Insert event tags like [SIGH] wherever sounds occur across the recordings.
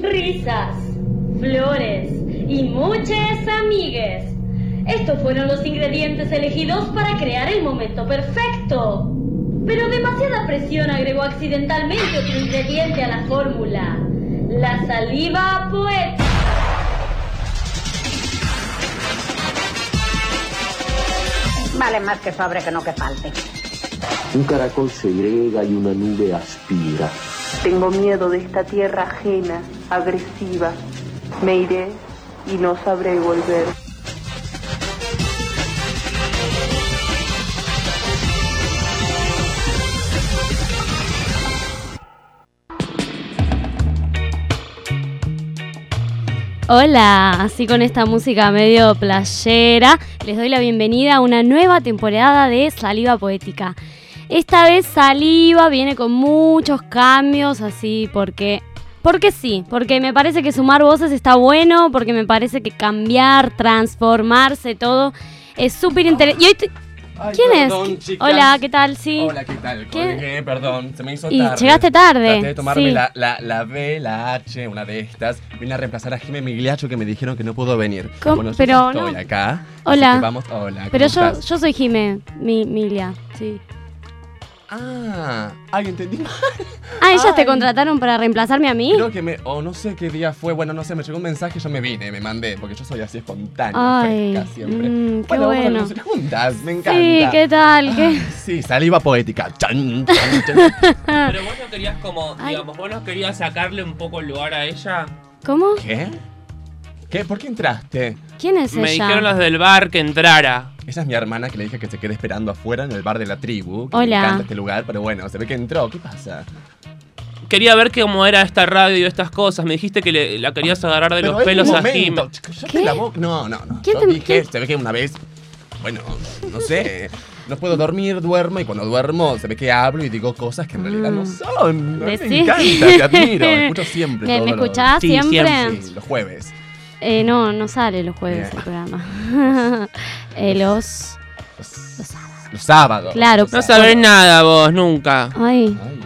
Risas, flores y muchas amigues. Estos fueron los ingredientes elegidos para crear el momento perfecto. Pero demasiada presión agregó accidentalmente otro ingrediente a la fórmula. La saliva poética. Vale más que sobre que no que falte. Un caracol segrega y una nube aspira. Tengo miedo de esta tierra ajena, agresiva. Me iré y no sabré volver. Hola, así con esta música medio playera, les doy la bienvenida a una nueva temporada de Saliva Poética. Esta vez Saliva viene con muchos cambios, así porque... Porque sí, porque me parece que sumar voces está bueno, porque me parece que cambiar, transformarse, todo es súper interesante. Y hoy te- Ay, ¿Quién es? perdón, chicas. Hola, ¿qué tal? Sí. Hola, ¿qué tal? ¿Qué? Colgué, perdón, se me hizo Y tarde. llegaste tarde, Traté de tomarme sí. la, la, la B, la H, una de estas. Vine a reemplazar a Jimé Migliacho que me dijeron que no pudo venir. ¿Cómo? Bueno, yo Pero estoy no. acá. Hola. así que vamos, hola. Pero ¿cómo yo, estás? yo soy Jime, mi, Milia, sí. Ah, ay, entendí. Ah, ellas te Ay. contrataron para reemplazarme a mí. Creo que me. O no sé qué día fue. Bueno, no sé, me llegó un mensaje, yo me vine, me mandé. Porque yo soy así espontánea, Ay, fresca siempre. mm, qué bueno, vamos a bueno. conducir juntas, me encanta. Ah, Sí, ¿qué tal? ¿Qué? Sí, saliva poética. Chan, chan, [LAUGHS] chan. Pero vos no querías como, Ay. digamos, vos no querías sacarle un poco el lugar a ella. ¿Cómo? ¿Qué? ¿Qué? ¿Por qué entraste? ¿Quién es Me ella? dijeron los del bar que entrara. Esa es mi hermana que le dije que se quede esperando afuera en el bar de la tribu. Que Le Hola. encanta este lugar, pero bueno, se ve que entró. ¿Qué pasa? Quería ver cómo era esta radio y estas cosas. Me dijiste que le- la querías agarrar de Pero los es pelos un a Jim. momento, chico, yo ¿Qué? te la bo- No, no, no. ¿Quién Yo te- dije, quién- se ve que una vez. Bueno, no sé. No puedo dormir, duermo y cuando duermo se ve que hablo y digo cosas que en realidad Mm. no son. Me Decí. encanta, te admiro. [LAUGHS] Escucho siempre. ¿Me, me todos los- escuchás Sí, siempre? siempre. Sí, los jueves. Eh, no, no sale los jueves Bien. el programa. [LAUGHS] Eh, los... Los, los sábados. Claro, Los No pero- sábados. sabés nada vos, nunca. Ay. Ay,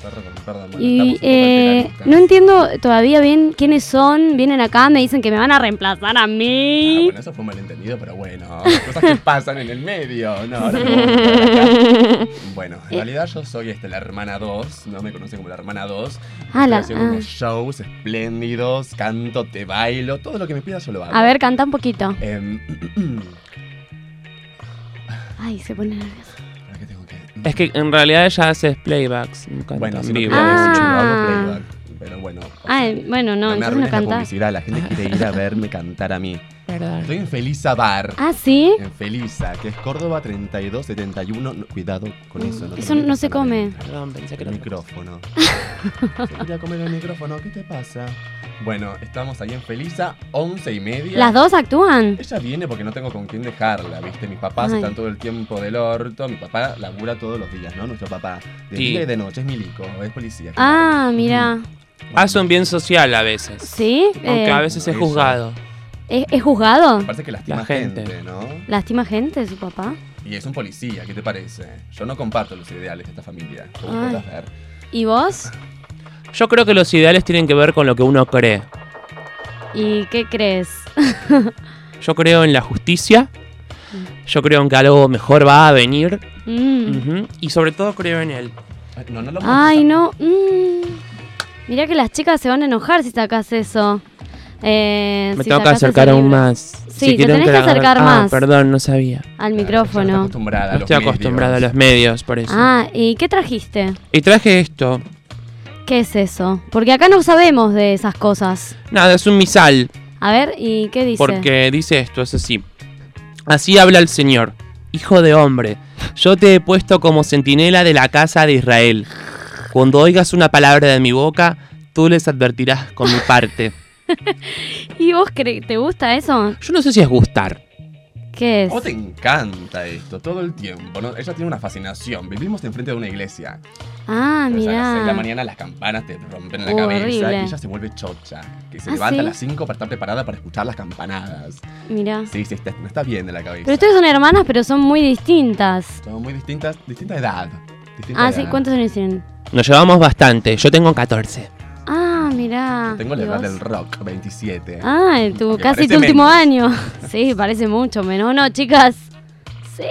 perdón, perdón. bueno, estamos un Y poco eh, alteraditas. no entiendo todavía bien quiénes son, vienen acá, me dicen que me van a reemplazar a Ah, mí. bueno, eso fue un malentendido, pero bueno. Cosas que pasan en el medio, ¿no? ahora no vamos a hablar [LAUGHS] acá. bueno, Eh. en realidad yo soy este, la hermana 2, no me conocen como la hermana 2. Ah, Estoy la- haciendo ah. unos shows espléndidos, canto, te bailo, todo lo que me pidas yo lo hago. A ver, canta un poquito. Em, [CLEARS THROAT] Ay, se pone nerviosa. ahora que tengo que- Es que en realidad ella hace playbacks. Nunca Bueno, en si no vivo. quiero decir, yo Ah. hago playback, pero bueno. o sea, Ay, bueno, no, me entonces no arruines la canta. publicidad, la gente quiere ir a verme cantar a mí. Perdón. Estoy en Felisa Bar. Ah, ¿sí? En Felisa, Eh, ah, que es Córdoba 3271. No, cuidado con eso. Mm, Eso no se come. Perdón, pensé que El no. micrófono. [LAUGHS] Se quería comer el micrófono. ¿Qué te pasa? Bueno, estamos ahí en Felisa, once y media. ¿Las dos actúan? Ella viene porque no tengo con quién dejarla, ¿viste? Mis papás Ay. están todo el tiempo del orto. Mi papá labura todos los días, ¿no? Nuestro papá. De Sí. día y de noche, es milico, es policía. Ah, mira. Bueno, Hace un bien social a veces. ¿Sí? Aunque a Eh, veces es Bueno, eso. juzgado. ¿es, es juzgado? Parece que lastima La gente. gente. ¿no? ¿Lastima gente su papá? Y es un policía, ¿qué te parece? Yo no comparto los ideales de esta familia, como Ay. podrás ver. ¿Y vos? Yo creo que los ideales tienen que ver con lo que uno cree. ¿Y qué crees? [LAUGHS] Yo creo en la justicia. Yo creo en que algo mejor va a venir. Mm. Ujú. Y sobre todo creo en él. Ay, No, no lo Ay, montes no. Mm. Mirá que las chicas se van a enojar si sacas eso. Eh, Me si tengo que sacás acercar ese aún libro más. Sí, te quiero tenés que entrar- acercar Ah, más. Perdón, no sabía. tanto. Al Claro, yo no micrófono. estoy acostumbrada a No los estoy acostumbrado a medios. los medios, por eso. Ah, ¿y qué trajiste? Y traje esto. ¿Qué es eso? Porque acá no sabemos de esas cosas. Nada, es un misal. A ver, ¿y qué dice? Porque dice esto, es así. Así habla el Señor. Hijo de hombre, yo te he puesto como centinela de la casa de Israel. Cuando oigas una palabra de mi boca, tú les advertirás con mi [LAUGHS] parte. ¿Y vos cre- te gusta eso? Yo no sé si es gustar. ¿Qué es? ¿Cómo te encanta esto todo el tiempo? ¿no? Ella tiene una fascinación. Vivimos enfrente de una iglesia. Ah, Entonces, a las seis de la mirá. mañana las campanas te rompen la Uh, cabeza horrible. y ella se vuelve chocha. Que se ¿Ah, levanta a sí? las 5 para estar preparada para escuchar las campanadas. Mirá. Sí, sí, está, no está bien de la cabeza. Pero ustedes son hermanas, pero son muy distintas. Son muy distintas, distinta edad. distinta Ah, sí, edad. ¿cuántos años tienen? Nos llevamos bastante. Yo tengo 14. Ah, mirá. Tengo la ¿y edad vos? del rock, 27. Ah, en tu, Que casi parece tu último menos. [LAUGHS] año. Sí, parece mucho menos. No, chicas. Sí.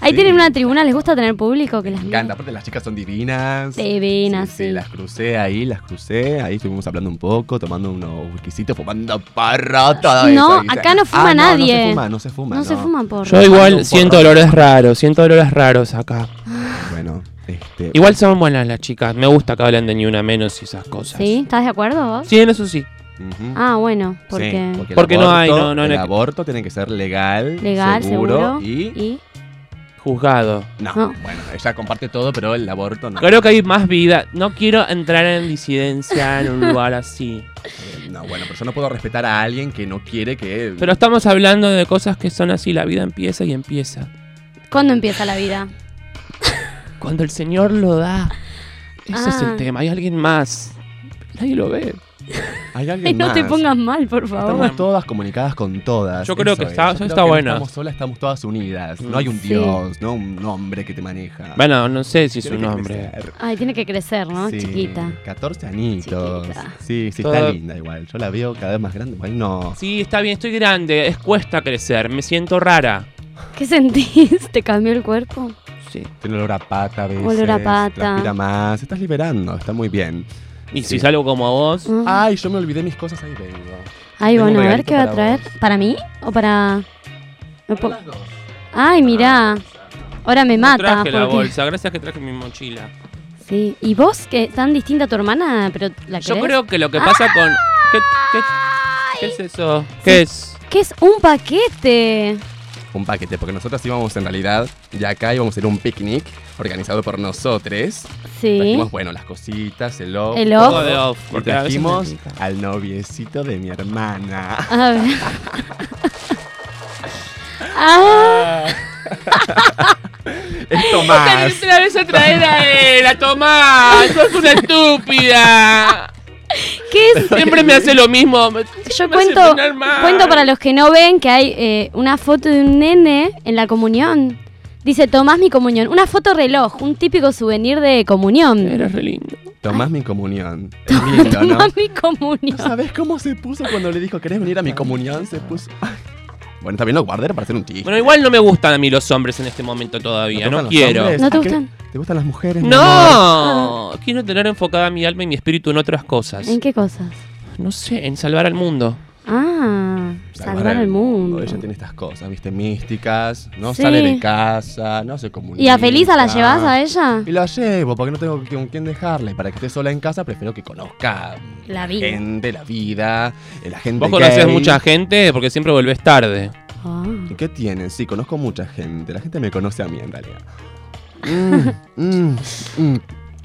Ahí Sí. tienen una tribuna, les gusta tener público que las Me encanta, aparte las chicas son divinas. Divinas, sí. Las crucé ahí, las crucé. Ahí estuvimos hablando un poco, tomando unos whiskycitos, fumando porro, todo No, eso. ¿viste? acá no fuma Ah, nadie. No, se fuma, no se fuma. No, se fuman por. Yo igual siento olores raros, siento olores raros acá. Bueno, este. Igual son buenas las chicas, me gusta que hablen de ni una menos y esas cosas. ¿Sí? ¿Estás de acuerdo vos? Sí, en eso sí. ujú. Ah, bueno, porque. Sí, el Porque no hay, aborto- no- no- el no- aborto tiene que ser legal, Legal, seguro. y... Y. Juzgado. No, No. bueno, ella comparte todo, pero el aborto no. Creo que hay más vida. No quiero entrar en disidencia en un [LAUGHS] lugar así. Eh, No, bueno, pero yo no puedo respetar a alguien que no quiere que... Pero estamos hablando de cosas que son así, la vida empieza y empieza. ¿Cuándo empieza [LAUGHS] la vida? Cuando el Señor lo da. Ese es Ah. el tema. Hay alguien más. Nadie lo ve. Hay alguien Ay, no te más. pongas mal, por favor. Estamos todas comunicadas con todas. Yo creo que es. está- eso creo está que no bueno. estamos solas, estamos todas unidas. No Mm. hay un Sí. dios, no un hombre que te maneja. Bueno, no sé si es Tiene un que hombre. crecer. Ay, tiene que crecer, ¿no? Sí, Ah, Chiquita. 14 añitos. Chiquita. Sí, sí, Toda- está linda igual. Yo la veo cada vez más grande. Ay, no. Sí, está bien, estoy grande. Es cuesta crecer. Me siento rara. ¿Qué sentís? [LAUGHS] ¿Te cambió el cuerpo? Sí. Tiene olor a pata a veces. Olor a pata. Transpira más. Estás liberando, está muy bien. Y Sí. si salgo como vos. Mm. Ay, yo me olvidé mis cosas, ahí vengo. Ay, Tengo un bueno, a ver regalito qué va a para traer. vos. ¿Para mí o para.? No po- Ay, mirá. Ahora me No mata. traje la porque- bolsa, gracias que traje mi mochila. Sí. ¿Y vos que tan distinta a tu hermana? Pero la Yo querés? creo que lo que pasa con. ¿Qué, qué- qué es eso? ¿Qué es? que es un paquete. un paquete, porque nosotros íbamos en realidad, ya acá íbamos a ir a un picnic organizado por nosotros. Sí. Trajimos, bueno, las cositas, el off. El Un off. poco de off, Y porque a veces me trajimos pica. al noviecito de mi [LAUGHS] hermana. A ver. [LAUGHS] ah, Esto Vos tenés más. otra vez a traer a él, a Tomás. [LAUGHS] Sos una estúpida. ¿Qué es? Siempre me hace lo mismo. me- [LAUGHS] Yo me hace cuento, opinar mal. cuento para los que no ven que hay eh, una foto de un nene en la comunión. Dice, tomás mi comunión. Una foto reloj, un típico souvenir de comunión. Eres re lindo. Tomás mi comunión. Es lindo, ¿no? Tomás [LAUGHS] mi comunión. ¿No sabes cómo se puso cuando le dijo, ¿querés venir a mi comunión? Se puso. Ay. Bueno, también lo guardé para hacer un chiste. Bueno, igual no me gustan a mí los hombres en este momento ¿No te todavía. No, gustan los quiero. hombres? ¿No te ¿A qué- gustan? ¿Te gustan las mujeres? mi amor? No, quiero tener enfocada mi alma y mi espíritu Ah. en otras cosas. ¿En qué cosas? No sé, en salvar al mundo. Ah, salvar al mundo. Ella tiene estas cosas, viste, místicas. No Sí. sale de casa, no se comunica. ¿Y a Felisa la llevas a ella? Y la llevo, porque no tengo con quién dejarla. Y para que esté sola en casa, prefiero que conozca La vida. gente, la vida, eh, la gente. Vos conocés gay. mucha gente porque siempre volvés tarde. Ah. ¿Y ¿Qué tienen? Sí, conozco mucha gente. La gente me conoce a mí en [LAUGHS] realidad. Mm, mm, mm.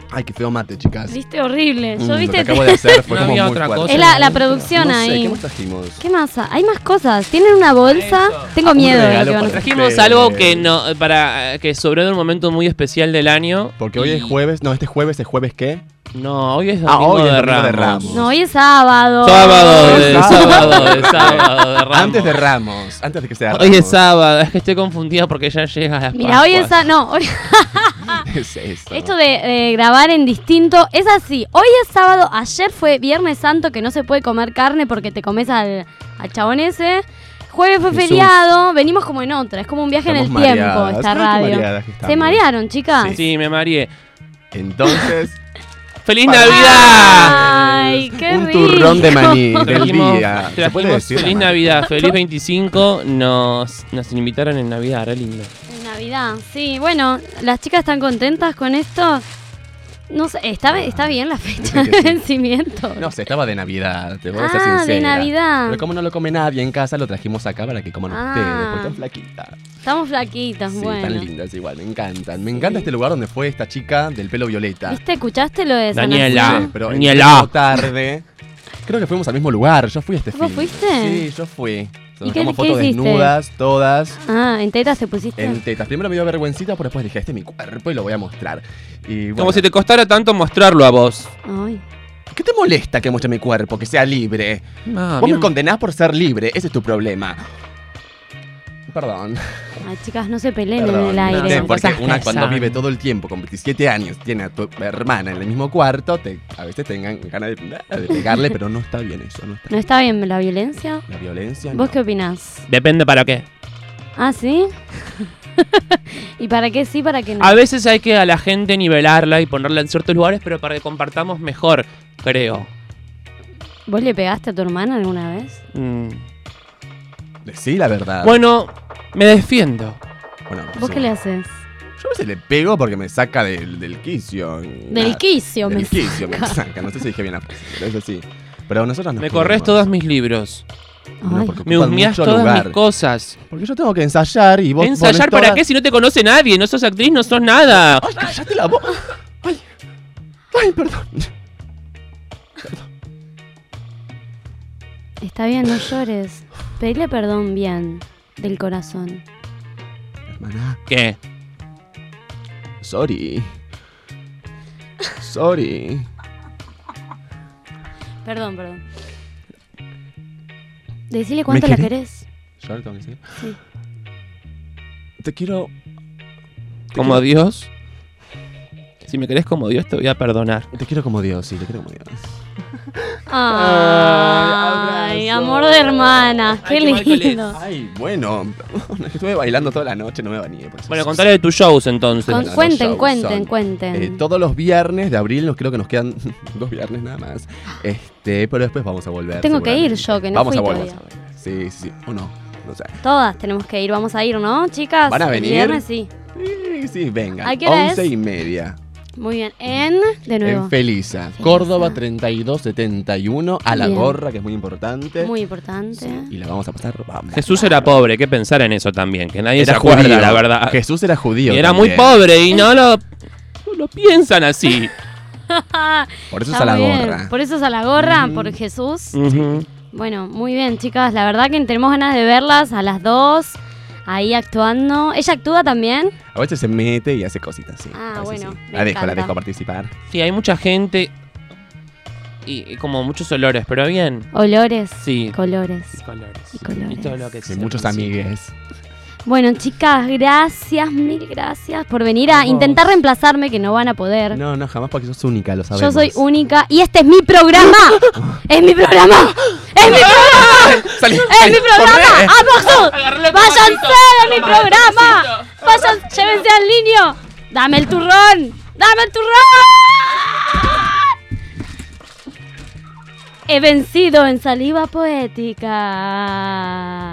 Ay, qué feo mate, chicas. Viste horrible. Mm, Yo Lo que viste. acabo de hacer fue [LAUGHS] No como había muy otra fuerte. cosa. Es la, la producción No sé, ahí. ¿qué más trajimos? ¿Qué más? Hay más cosas. Tienen una bolsa. Tengo Un miedo de lo regalo que van a para- Trajimos Pero- algo que no para eh, que sobró de un momento muy especial del año. Porque hoy Y- es jueves. No, este jueves es jueves qué? No, hoy es Ah, domingo, hoy es de, domingo de Ramos. Ramos. No, hoy es sábado. Sábado, de, Sábado. sábado, de sábado, de Ramos. Antes de Ramos. Antes de que sea Ramos. Hoy es sábado, es que estoy confundida porque ya llega la Mira, hoy es. sa- No, hoy- [LAUGHS] Es eso. Ah, esto de, de grabar en distinto es así. Hoy es sábado. Ayer fue Viernes Santo que no se puede comer carne porque te comes al, al chabón ese. Jueves fue Jesús. feriado. Venimos como en otra. Es como un viaje Estamos en mareadas. el tiempo esta Ay, qué radio. mareadas que ¿Se estamos. marearon, chicas? Sí, me mareé. [LAUGHS] Entonces, ¡Feliz Para- Navidad! Ay, qué un rico. turrón de maní del Trajimos- día. ¿Se puede trajimos decir, feliz Amanda? Navidad, feliz 25. Nos, nos invitaron en Navidad, re lindo. En Navidad, sí. Bueno, las chicas están contentas con esto. No sé, está, está bien la Dicen fecha que de sí. vencimiento. No sé, estaba de Navidad, te voy a ser Ah, sincera. de Navidad. Pero como no lo come nadie en casa, lo trajimos acá para que coman Ah. ustedes, porque están flaquitas. Estamos flaquitas, Sí, bueno. tan lindas igual, me encantan. Me encanta este lugar donde fue esta chica del pelo violeta. ¿Viste? ¿Escuchaste lo de San Daniela. Anselmo? pero Daniela. entramos tarde. Creo que fuimos al mismo lugar, yo fui a este ¿Vos film. fuiste? Sí, yo fui. ¿Y Nos qué- tomamos qué fotos hiciste? desnudas, todas. Ah, en tetas te pusiste. En tetas. Primero me dio vergüencita, pero después dije, este es mi cuerpo y lo voy a mostrar. Y bueno, Como si te costara tanto mostrarlo a vos. Ay. ¿Qué te molesta que muestre mi cuerpo, que sea libre? No, Vos me condenás por ser libre, ese es tu problema. perdón. Ay, chicas, no se peleen en Perdón, el aire. no, Sí, son porque cosas que una cuando pasan. vive todo el tiempo con 27 años, tiene a tu hermana en el mismo cuarto, te- a veces tengan ganas de, de pegarle, pero no está bien eso. No está ¿No está bien la violencia? La violencia. ¿Vos no. qué opinás? Depende para qué. ¿Ah, sí? [LAUGHS] ¿Y para qué sí, para qué Mm. no? A veces hay que a la gente nivelarla y ponerla en ciertos lugares, pero para que compartamos mejor, creo. ¿Vos le pegaste a tu hermana alguna vez? Mm. Decí la verdad. Bueno, me defiendo. Bueno, ¿Vos sí. qué le haces? Yo a veces le pego porque me saca del, del quicio. Del quicio, me Del quicio me saca. saca. No sé si dije bien la frase, pero es así. Pero nosotros nos Me corres ponemos- todos mis libros. No, Ay. porque Me ocupan humillas mucho todas lugar. mis cosas. Porque yo tengo que ensayar y vos ¿Ensayar ponés para todas- qué si no te conoce nadie? No sos actriz, no sos nada. ¡Ay, cállate la boca! ¡Ay! ¡Ay, perdón! Está bien, no llores. Pedile perdón bien, del corazón. Hermana, ¿Qué? sorry. Sorry. Perdón, perdón. Decile cuánto ¿Me la querés? querés. ¿Yo lo tengo que decir? Sí. Te quiero. Como Dios. Si me querés como Dios, te voy a perdonar. Te quiero como Dios, sí, te quiero como Dios. Ay, amor de hermanas, qué Ay, qué mal que lees. lindo. Ay, bueno. Estuve bailando toda la noche, no me bañé. por eso. Bueno, contale de tus shows entonces. Con- los cuenten, shows cuenten, son, cuenten. Eh, todos los viernes de abril, nos- creo que nos quedan [LAUGHS] dos viernes nada más. Este, pero después vamos a volver. Tengo que ir seguramente. yo, que no vamos fui a volver. todavía. Sí, sí, sí. O no. No sé. Todas tenemos que ir, vamos a ir, ¿no, chicas? ¿Van a El venir? viernes sí. Sí, sí, venga. ¿A qué hora Once es? y media. Muy bien. En, de nuevo. En Felisa, Córdoba 3271, a la Bien. gorra, que es muy importante. Muy importante. [LAUGHS] Y la vamos a pasar. Vamos. Jesús era pobre, hay que pensar en eso también, que nadie se Era acuerda, judío. la verdad. Jesús era judío. Y era muy también. pobre y no lo, no lo piensan así. Por eso Está usa la Ah, muy bien. gorra. Por eso es a la gorra, por Jesús. Ujú. Bueno, muy bien, chicas. La verdad que tenemos ganas de verlas a las dos, ahí actuando. ¿Ella actúa también? A veces se mete y hace cositas, sí. Ah, A veces bueno, sí. me La dejo, la encanta. dejo participar. Sí, hay mucha gente y, y como muchos olores, pero bien. Olores. Sí. Colores. Y colores. Y colores. todo lo que se Y muchos consigue. amigues. Bueno, chicas, gracias, mil gracias por venir a Vamos. intentar reemplazarme, que no van a poder. No, no, jamás porque sos única, lo Yo sabemos. soy única y este es mi [GASPS] programa. ¡Es mi programa! [LAUGHS] ¡Es mi programa! Salí, ¡Es salí, mi programa! Ah, corre. [LAUGHS] ¡Abajo! Agarrale tu ¡Váyanse vasito, de mi toma, programa! ¡Vayan! ¡Llévense al niño! ¡Dame el turrón! ¡Dame el turrón! He vencido en saliva poética.